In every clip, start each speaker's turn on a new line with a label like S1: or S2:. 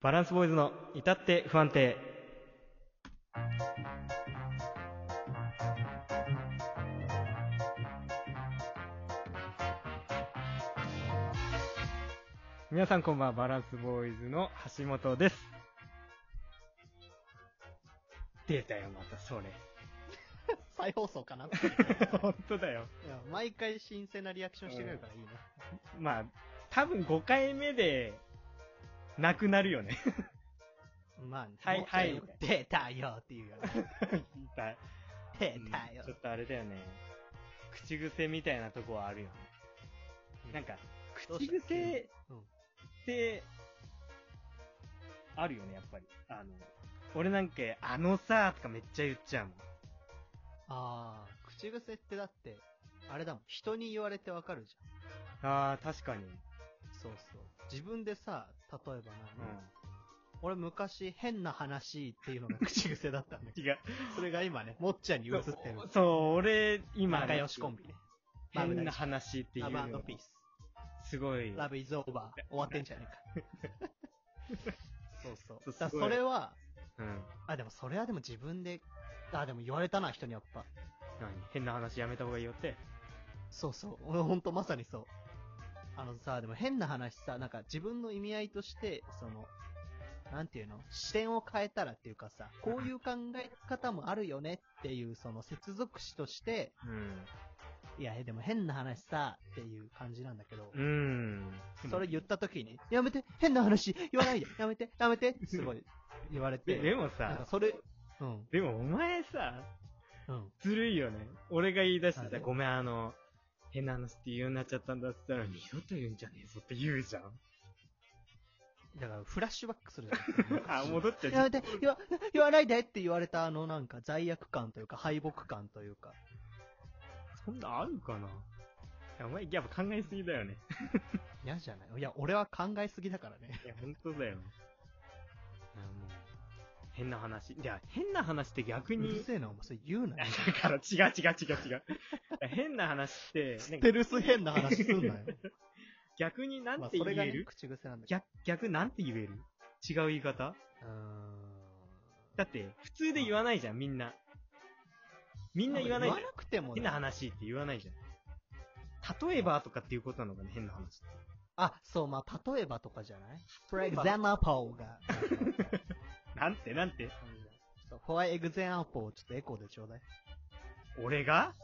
S1: バランスボーイズの至って不安定。皆さんこんばんは、バランスボーイズの橋本です。出たよ、またそれ。
S2: 再放送かない
S1: 本当だよ。
S2: や毎回新鮮なリアクションしてくれるからいいな。
S1: まあ、多分5回目で、なくなるよね。
S2: まあ、
S1: はい
S2: もうちょ
S1: はい
S2: 出たよっていう よね。出たよ
S1: ちょ。っとあれだよね。口癖みたいなとこはあるよね。なんか、
S2: どう
S1: 口
S2: した
S1: 癖
S2: うん
S1: って、あるよね、やっぱり。あの、俺なんか、あのさーとかめっちゃ言っちゃうもん。
S2: ああ、口癖ってだって、あれだもん。人に言われてわかるじ
S1: あー、確かに。うん。
S2: ゃん。そうそう。自分でさ、例えばな、俺昔変な話っていうのが 口癖だったんだけ
S1: 違う。
S2: ど、それが今ね、もっちゃんに移ってる。
S1: そう、俺、今、
S2: 仲良しコンビね。
S1: 変な話っていう
S2: ラブ
S1: のが
S2: ピース。
S1: すごい。
S2: ラブイズオーバー。終わってんじゃねえ か。そうそう。だから
S1: すごい
S2: それは、
S1: うん。
S2: あ、でもそれはでも自分で、あ、でも言われたな、人にやっぱ。
S1: 何変な話やめた方がいいよって。
S2: そうそう。俺ほんとまさにそう。あのさ、でも変な話さ、なんか自分の意味合いとして、その、なんていうの視点を変えたらっていうかさ、こういう考え方もあるよねっていう、その接続詞として、
S1: うん。
S2: いや、でも変な話さ、っていう感じなんだけど、
S1: うん。
S2: それ言った時に、やめて変な話言わないでやめてやめてすごい言われ
S1: でで
S2: て、
S1: も
S2: なんか
S1: さ、
S2: それ、うん、
S1: でもお前さ、
S2: うん。
S1: ずるいよね。俺が言い出して
S2: なん
S1: さ、
S2: で
S1: ごめん、あの、変な話って言うようになっちゃったんだって言ったら、二度と言うんじゃねえぞって言うじゃん。
S2: だからフラッシュバックするじゃ
S1: 。
S2: ん
S1: あ、戻っち
S2: や
S1: ゃ
S2: め
S1: う。
S2: て言わ 言わないでって言われたあのなんか罪悪感というか敗北感というか。
S1: そんなあるかないやお前、やっぱ考えすぎだよね。
S2: 嫌じゃないいや、俺は考えすぎだから ね。
S1: いや、本当だよ。いや、もう、変な話。いや、変な話って逆
S2: うる
S1: に、
S2: せえな、お前それ言うなよ。
S1: だから違う違う違う違う。いや変な話って、なんか
S2: テルス変な話す んなよ。
S1: 逆になん
S2: まあ
S1: て
S2: そ
S1: 言
S2: れが、
S1: え
S2: ね、
S1: る、
S2: 口癖なんだけど。
S1: 逆、逆なんて言える違う言い方
S2: うーん。
S1: だって、普通で言わないじゃん、みんな。みんな言わないじゃん
S2: 言わなくてもね
S1: 変な話って言わないじゃん。例えばとかっていうことなのかね、変な話。
S2: あ、そう、まあ例えばとかじゃない ?for
S1: 例えば
S2: example が。
S1: なんてなんて
S2: for example をちょっとエコーでちょうだい。
S1: 俺が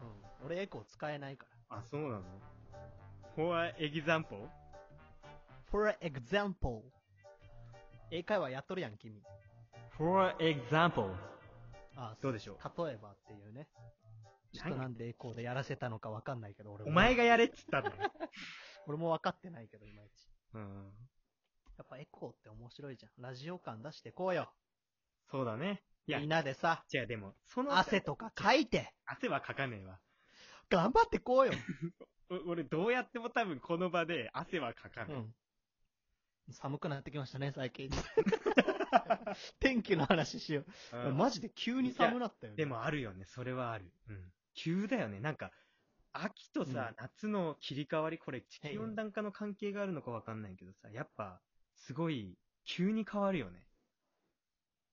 S2: うん。俺エコー使えないから。
S1: あ、そうなの ?for example?
S2: for example 英会話やっとるやん、君。
S1: for example.
S2: あ
S1: どうでしょ
S2: う例えばっていうね。ちょっと
S1: 何
S2: なんでエコーでやらせたのかわかんないけど、俺も。
S1: お前がやれっつったん だよ。
S2: 俺も分かってないけど、いまいち。
S1: うん。
S2: やっぱエコーって面白いじゃん。ラジオ感出してこうよ。
S1: そうだね。いや
S2: みん、なでさ、
S1: じゃあでも、その
S2: 汗とかかいて、
S1: 汗はかかねえわ。
S2: 頑張ってこうよ。
S1: お俺どうやっても多分この場で汗はかか
S2: う
S1: ない。
S2: ん。寒くなってきましたね、最近。 天気の話しよ
S1: うん
S2: う。マジで急に寒なったよね。
S1: でもあるよね、それはある。うん。急だよね、なんか、秋とさ、夏の切り替わり、これ地球温暖化の関係があるのかわかんないけどさ、やっぱ、すごい、急に変わるよね。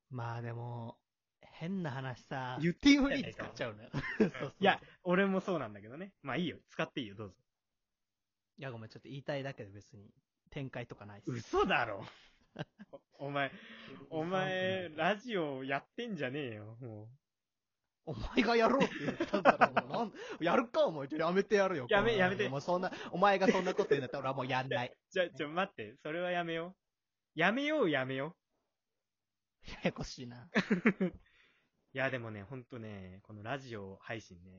S2: まあでも、変な話さ、
S1: 言っ
S2: っていう風に使っちゃうのよ。 そうそう
S1: いや、、俺もそうなんだけどね。まあいいよ、使っていいよ、どうぞ。
S2: いやごめん、ちょっと言いたいだけで別に展開とかないっす。
S1: 嘘だろ おお前、お前、ラジオやってんじゃねえよ、も
S2: お前がやろうって言ったんだろ、もうなんやるか、お前。やめてやるよ。
S1: やめ
S2: こんな
S1: や
S2: の
S1: めて
S2: お前そんな、お前がそんなこと言うんだったら俺はもうやんない。
S1: う。じゃ、ちょ、待って、それはやめよう。やめよう、やめよ
S2: ややこしいな。
S1: う。いや、でもね、ほんとね、このラジオ配信ね、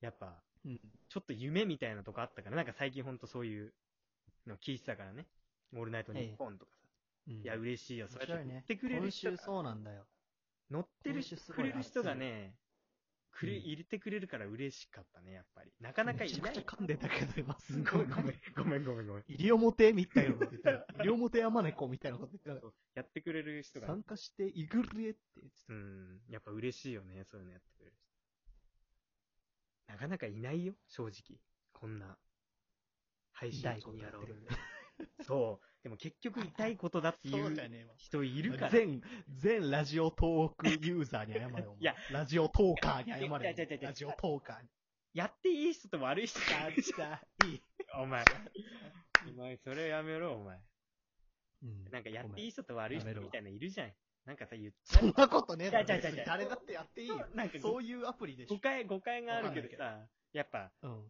S1: やっぱ、
S2: うん。
S1: ちょっと夢みたいなとこあったから、なんか最近ほんとそういうの聞いてたからね。オールナイトニッポンとかさ。
S2: うん
S1: いや、嬉しいよ。そうやって乗ってくれる
S2: 今
S1: 人
S2: 週
S1: が、
S2: そうなんだよ。
S1: 乗ってる
S2: 今週す
S1: く
S2: ごい
S1: れる人が
S2: 熱
S1: ね、くれ、
S2: うん
S1: 入れてくれるから嬉しかったね、やっぱり。なかなか
S2: め
S1: い
S2: ちゃ
S1: な
S2: くちゃ
S1: い。
S2: 噛んでたけど、今す
S1: ごめ
S2: ごい
S1: ん、ごめん、ごめん、ごめん、ごめん。
S2: 西表みたいなこと言ってた。西表山猫みたいなこと言ってたか
S1: やってくれる人
S2: ら。
S1: が、
S2: 参加して、イグルエって言ってた。
S1: うん、やっぱ嬉しいよね、そういうのやってくれる人。なかなかいないよ、正直。こんな、配信
S2: 痛い
S1: 中
S2: こと
S1: に
S2: や
S1: や
S2: っ
S1: ろ
S2: て
S1: う
S2: る。
S1: そう。でも結局痛いことだってい
S2: そう
S1: う
S2: じゃねえわ。
S1: 人いるから。
S2: 全、全ラジオトークユーザーに謝れ、お前
S1: いや
S2: ラジオトーカーに
S1: いや
S2: 謝
S1: いやいや
S2: れ
S1: い。や
S2: ラジオトーカーに。
S1: やっていい人と悪い人があるじ
S2: だっいい。
S1: ゃ ん。お前。お前、それやめろ、お前。
S2: うん
S1: なんかやっていい人と悪い人みたいなのいるじゃん。なんかさ、言っ
S2: そんなことねえだ
S1: いやい
S2: ろ。
S1: やいやいや
S2: 誰だってやっていいよ。
S1: なんかご
S2: そういうアプリでしょ
S1: 誤。解、誤解があるけど
S2: わ
S1: さ、やっぱ、
S2: うん。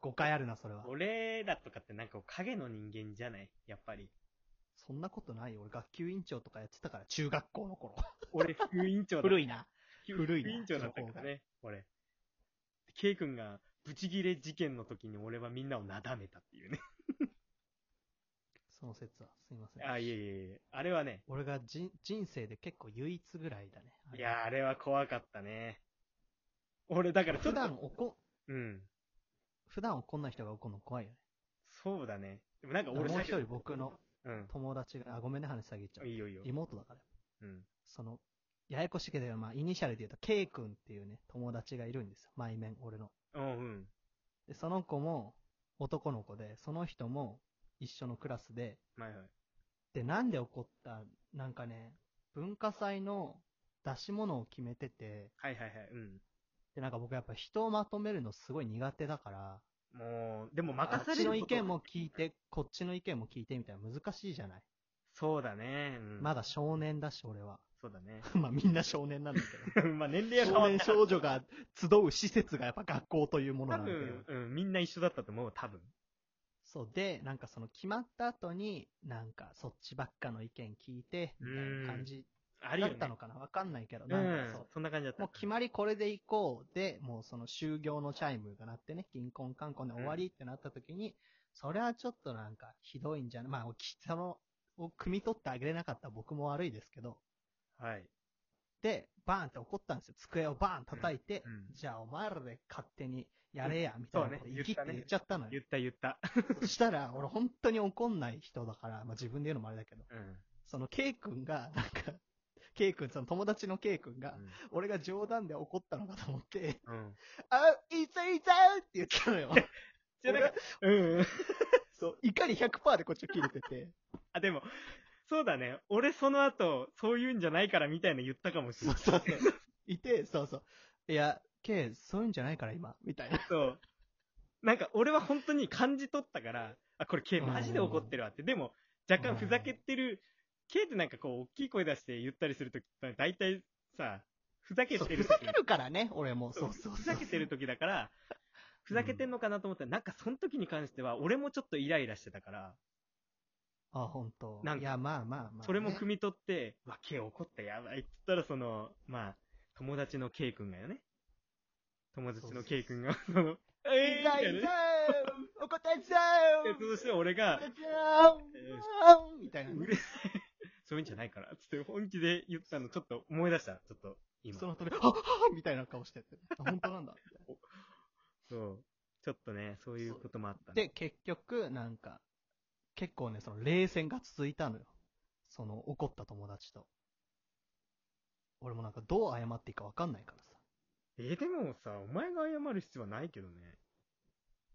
S2: 誤解あるな、それは。
S1: 俺らとかってなんか影の人間じゃないやっぱり。
S2: そんなことないよ。俺、学級委員長とかやってたから、中学校の頃。
S1: 俺、副委員長だ。
S2: 古いな。
S1: 古
S2: 古
S1: い
S2: いな
S1: 委員長だったからね、俺。ケイ君が、ブチギレ事件の時に俺はみんなをなだめたっていうね。
S2: その説は。すいません。
S1: あ、いえいえいえ。あれはね、
S2: 俺がじん人生で結構唯一ぐらいだね。
S1: いや、あれは怖かったね。俺、だからちょ
S2: 普
S1: っと、
S2: 段怒、
S1: うん。
S2: 普段怒んない人が怒るの怖いよね。
S1: そうだね。でもなんか
S2: もう
S1: 俺
S2: 一
S1: 最初
S2: 人僕の
S1: うん。
S2: 友達が、あ、ごめんね、話下げちゃう
S1: い。いよいいよ。
S2: 妹だから。
S1: うん。
S2: その、ややこしいけど、まあ、イニシャルで言うと、K 君っていうね、友達がいるんですよ。前面、俺の。
S1: うんうん。
S2: で、その子も、男の子で、その人も、一緒のクラスで、
S1: はいはい。
S2: で、なんで怒った、なんかね、文化祭の出し物を決めてて、
S1: はいはいはい。うん。
S2: で、なんか僕やっぱ人をまとめるのすごい苦手だから、
S1: もう、でも
S2: あ
S1: 任
S2: っ
S1: され
S2: ち
S1: る
S2: の
S1: こと
S2: 意見も聞いて、こっちの意見も聞いてみたいな難しいじゃない。
S1: そうだね。うん、
S2: まだ少年だし、俺は。
S1: そうだね。
S2: まあみんな少年なんだけど。
S1: まあ年齢は変
S2: 少
S1: わった。
S2: 年少女が集う施設がやっぱ学校というもの
S1: 多
S2: なんだけど。
S1: 分、うん、みんな一緒だったと思う、多分。
S2: そうで、なんかその決まった後に、なんかそっちばっかの意見聞いて、みたいな感じ
S1: ある
S2: だ
S1: よ、
S2: っ
S1: ね。
S2: たのかなわかんないけど、
S1: う
S2: なんか
S1: ん
S2: そ。
S1: そんな感じだっ
S2: う。
S1: た。
S2: もう決まりこれで行こうで、もうその就業のチャイムが鳴ってね、銀婚観光で終わりってなった時に、それはちょっとなんかひどいんじゃないまあ、おきその、を汲み取ってあげれなかった僕も悪いですけど、
S1: はい。
S2: で、バーンって怒ったんですよ。机をバーン叩いて、
S1: うんうん
S2: じゃあお前らで勝手にやれや、みたいなこと
S1: そうね
S2: 言い切って言っちゃったのよ
S1: 言。った言った。
S2: そしたら、俺本当に怒んない人だから、まあ自分で言うのもあれだけど、
S1: うん。
S2: その K 君が、なんか、K 君、その友達の K 君が、俺が冗談で怒ったのかと思って、
S1: うん。
S2: あ、いついつって言ったのよ。
S1: じゃあなんか、うん。
S2: そう、怒り100%でこっちを切れてて、
S1: あ、でも、そうだね。俺その後、そういうんじゃないからみたいな言ったかもしれ
S2: そう
S1: ない。
S2: そうそう。いて、そうそう。いや、K、そういうんじゃないから今、みたいな。
S1: そう。なんか俺は本当に感じ取ったから、あ、これ K
S2: うん
S1: マジで怒ってるわって。でも、若干ふざけてる、K ってなんかこう、大きい声出して言ったりするとき、大体さ、ふざけ
S2: そう
S1: て
S2: ふ
S1: る
S2: ざ
S1: 時
S2: けるからね、俺も。そうそうそう。
S1: ふざけてる時だから、ふざけてんのかなと思ったら、なんかその時に関しては、俺もちょっとイライラしてたから、
S2: あ、本当。
S1: なんか
S2: いや、まあまあまあ、
S1: それも
S2: ね
S1: 汲み取って、わ、K 怒ったやばいって言ったら、その、まあ、友達の K 君がよね。友達の K 君が、その、 えぇーみたい
S2: いざ
S1: ない
S2: ざ
S1: ね。
S2: ーお答えちゃう
S1: でそして俺 が、
S2: みたいなね
S1: う。るさい。そういうんじゃないから。つって本気で言ったの、ちょっと思い出した。ちょっと、今。
S2: そ
S1: そ
S2: の後で、はっはっみたいな顔してて。あ本当なんだ。
S1: う。ちょっとね、そういうこともあったね。
S2: で、結局、なんか、結構ね、その冷戦が続いたのよ。その怒った友達と。俺もなんかどう謝っていいかわかんないからさ。
S1: え、でもさ、お前が謝る必要はないけどね。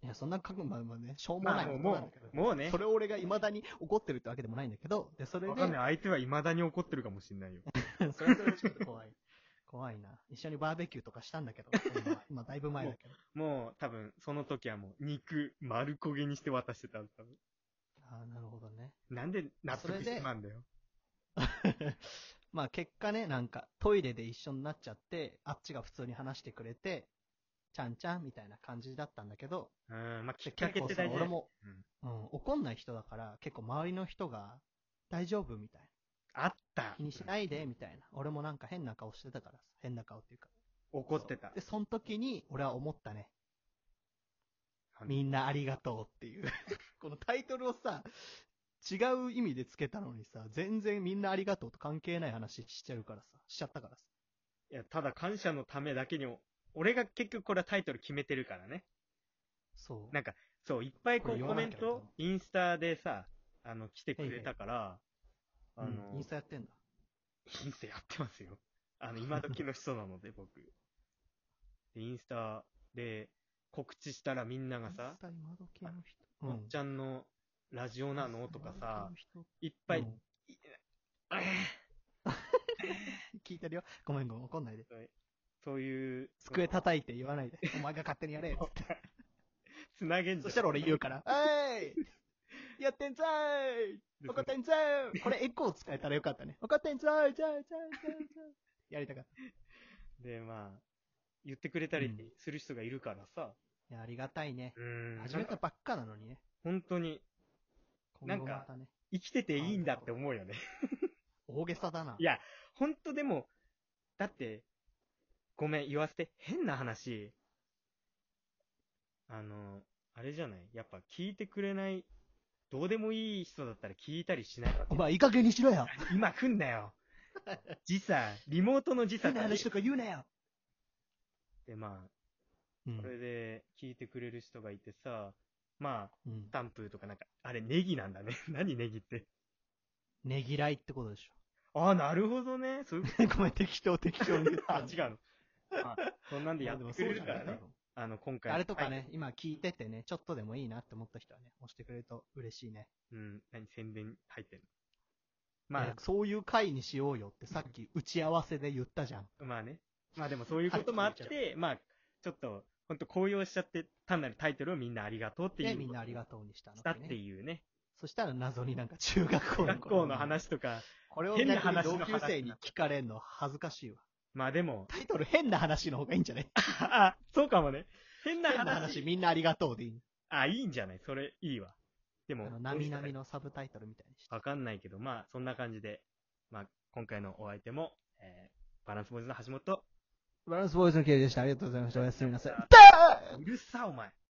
S2: いや、そんな覚悟まあまあね、しょうも
S1: ま
S2: な
S1: あ、
S2: いこ
S1: もう、
S2: となん
S1: も
S2: だけど。
S1: う、もうね
S2: そ。れを俺が未だに怒ってるってわけでもないんだけど、で、それで、
S1: わかんない。相手は未だに怒ってるかもしんないよ。
S2: それはそれでちょっと怖い。怖いな。一緒にバーベキューとかしたんだけど、今は今だいぶ前だけど。
S1: もう、多分、その時はもう、肉、丸焦げにして渡してた。多分
S2: ああ、なるほどね。
S1: なんで、納得してまうんだよ。
S2: まあ結果ね、なんかトイレで一緒になっちゃって、あっちが普通に話してくれて、ちゃんちゃんみたいな感じだったんだけど、
S1: うん、まあ、き
S2: で
S1: っかけ
S2: 結
S1: っ
S2: 構
S1: て
S2: そ
S1: 大
S2: の
S1: 事だ
S2: 俺
S1: よ。
S2: も、うん、怒んない人だから、結構周りの人が、大丈夫みたい
S1: あった
S2: な。気。にしないで、みたいな。俺もなんか変な顔してたからさ、変な顔っていうか。
S1: 怒ってた
S2: そうで、。その時に、俺は思ったね。
S1: はい
S2: みんなありがとうっていう。 このタイトルをさ、違う意味でつけたのにさ、全然みんなありがとうと関係ない話しちゃうからさ、しちゃったからさ。
S1: いや、ただ感謝のためだけにも、俺が結局これはタイトル決めてるからね。
S2: そう。
S1: なんか、そう、いっぱいこ
S2: こ
S1: う
S2: れ
S1: コ
S2: 言わ
S1: メ
S2: な
S1: ン
S2: きゃ
S1: ト、インスタでさ、あの、来てくれたから、あ
S2: うん
S1: の、
S2: インスタやってんだ。
S1: インスタやってますよ。あの、今時の人なので、僕。でインスタで告知したらみんなが
S2: イン
S1: さ
S2: ス、タ今時の人。
S1: おっちゃんのラジオなのとかさ、いっぱい、
S2: うん
S1: いえ
S2: 聞いてるよ。ごめんごめん、怒んないで。
S1: ーそういう、
S2: 机叩いて言わないで。お前が勝手にやれ。
S1: つなげんじゃん。
S2: そしたら俺言 うから。おいやってんぞーい
S1: で
S2: 怒ってんぞーいこれエコー使えたらよかったね。怒ってんぞーいじゃーいじゃーいじゃーいじゃーいやりたかっ
S1: で、まあ、言ってくれたり
S2: うん
S1: する人がいるからさ。
S2: た。いや、ありがたいね。
S1: うん
S2: 始めたばっかなのにね。
S1: 本当に、な
S2: 今
S1: ん
S2: 後
S1: か
S2: またね。
S1: 生きてていいんだって思うよね。
S2: 大げさだな。
S1: いや本当でも、だって、ごめん、言わせて、変な話。あの、あれじゃないやっぱ聞いてくれない、どうでもいい人だったら聞いたりしないわ
S2: お前いい加減にしろよ。
S1: け。今来んなよ。時差、リモートの時差
S2: 変な話とか言うなよ。
S1: で、まあ、
S2: う
S1: これ
S2: ん。
S1: で聞いてくれる人がいてさ、まあ、
S2: うん
S1: ス。タンプとかなんか、あれネギなんだね。 何ネギって。
S2: ねぎらいってことでし
S1: ああ、なるほどね。そういうこ
S2: ょ。 ごめん、適当適当に言 っ
S1: と。あ、
S2: た。
S1: 違うの。あ、そんなんでやってくれるからね。あの、今回。
S2: あれとか
S1: はい
S2: ね、今聞いててね、ちょっとでもいいなって思った人はね、押してくれると嬉しいね。
S1: うん、何、宣伝入ってんの
S2: ま
S1: ま
S2: そういう回にしようよってさっき打ち合わせで言ったじゃん。
S1: あ、まあね。まあでもそういうこともあっ
S2: はい
S1: て、まあ、ちょっと、ほんと高揚しちゃって、単なるタイトルをみんなありがとうっていう。
S2: で、みんなありがとうにしたの
S1: したっ
S2: ね
S1: ていうね。
S2: そしたら謎になんか中学校の頃
S1: 学校の。話とか、
S2: これを
S1: 変な
S2: 逆に
S1: 話の
S2: 同
S1: 話
S2: 級生に聞かれんの恥ずかしいわ。
S1: まあでも、
S2: タイトル変な話の方がいいん じゃない
S1: あ、そうかもね。変な
S2: 変な
S1: 話。
S2: 話みんなありがとうでいいの。
S1: あ、いいんじゃないそれ、いいわ。で
S2: あ
S1: も、
S2: の、なみなみ
S1: の。
S2: のサブタイトルみたいにして。
S1: わかんないけど、まあ、そんな感じで、まあ、今回のお相手も、えー、バランスボーイズの橋本。
S2: バランスボーイズの経理でした。ありがとうございました。おやすみなさい。
S1: うるさ、お前。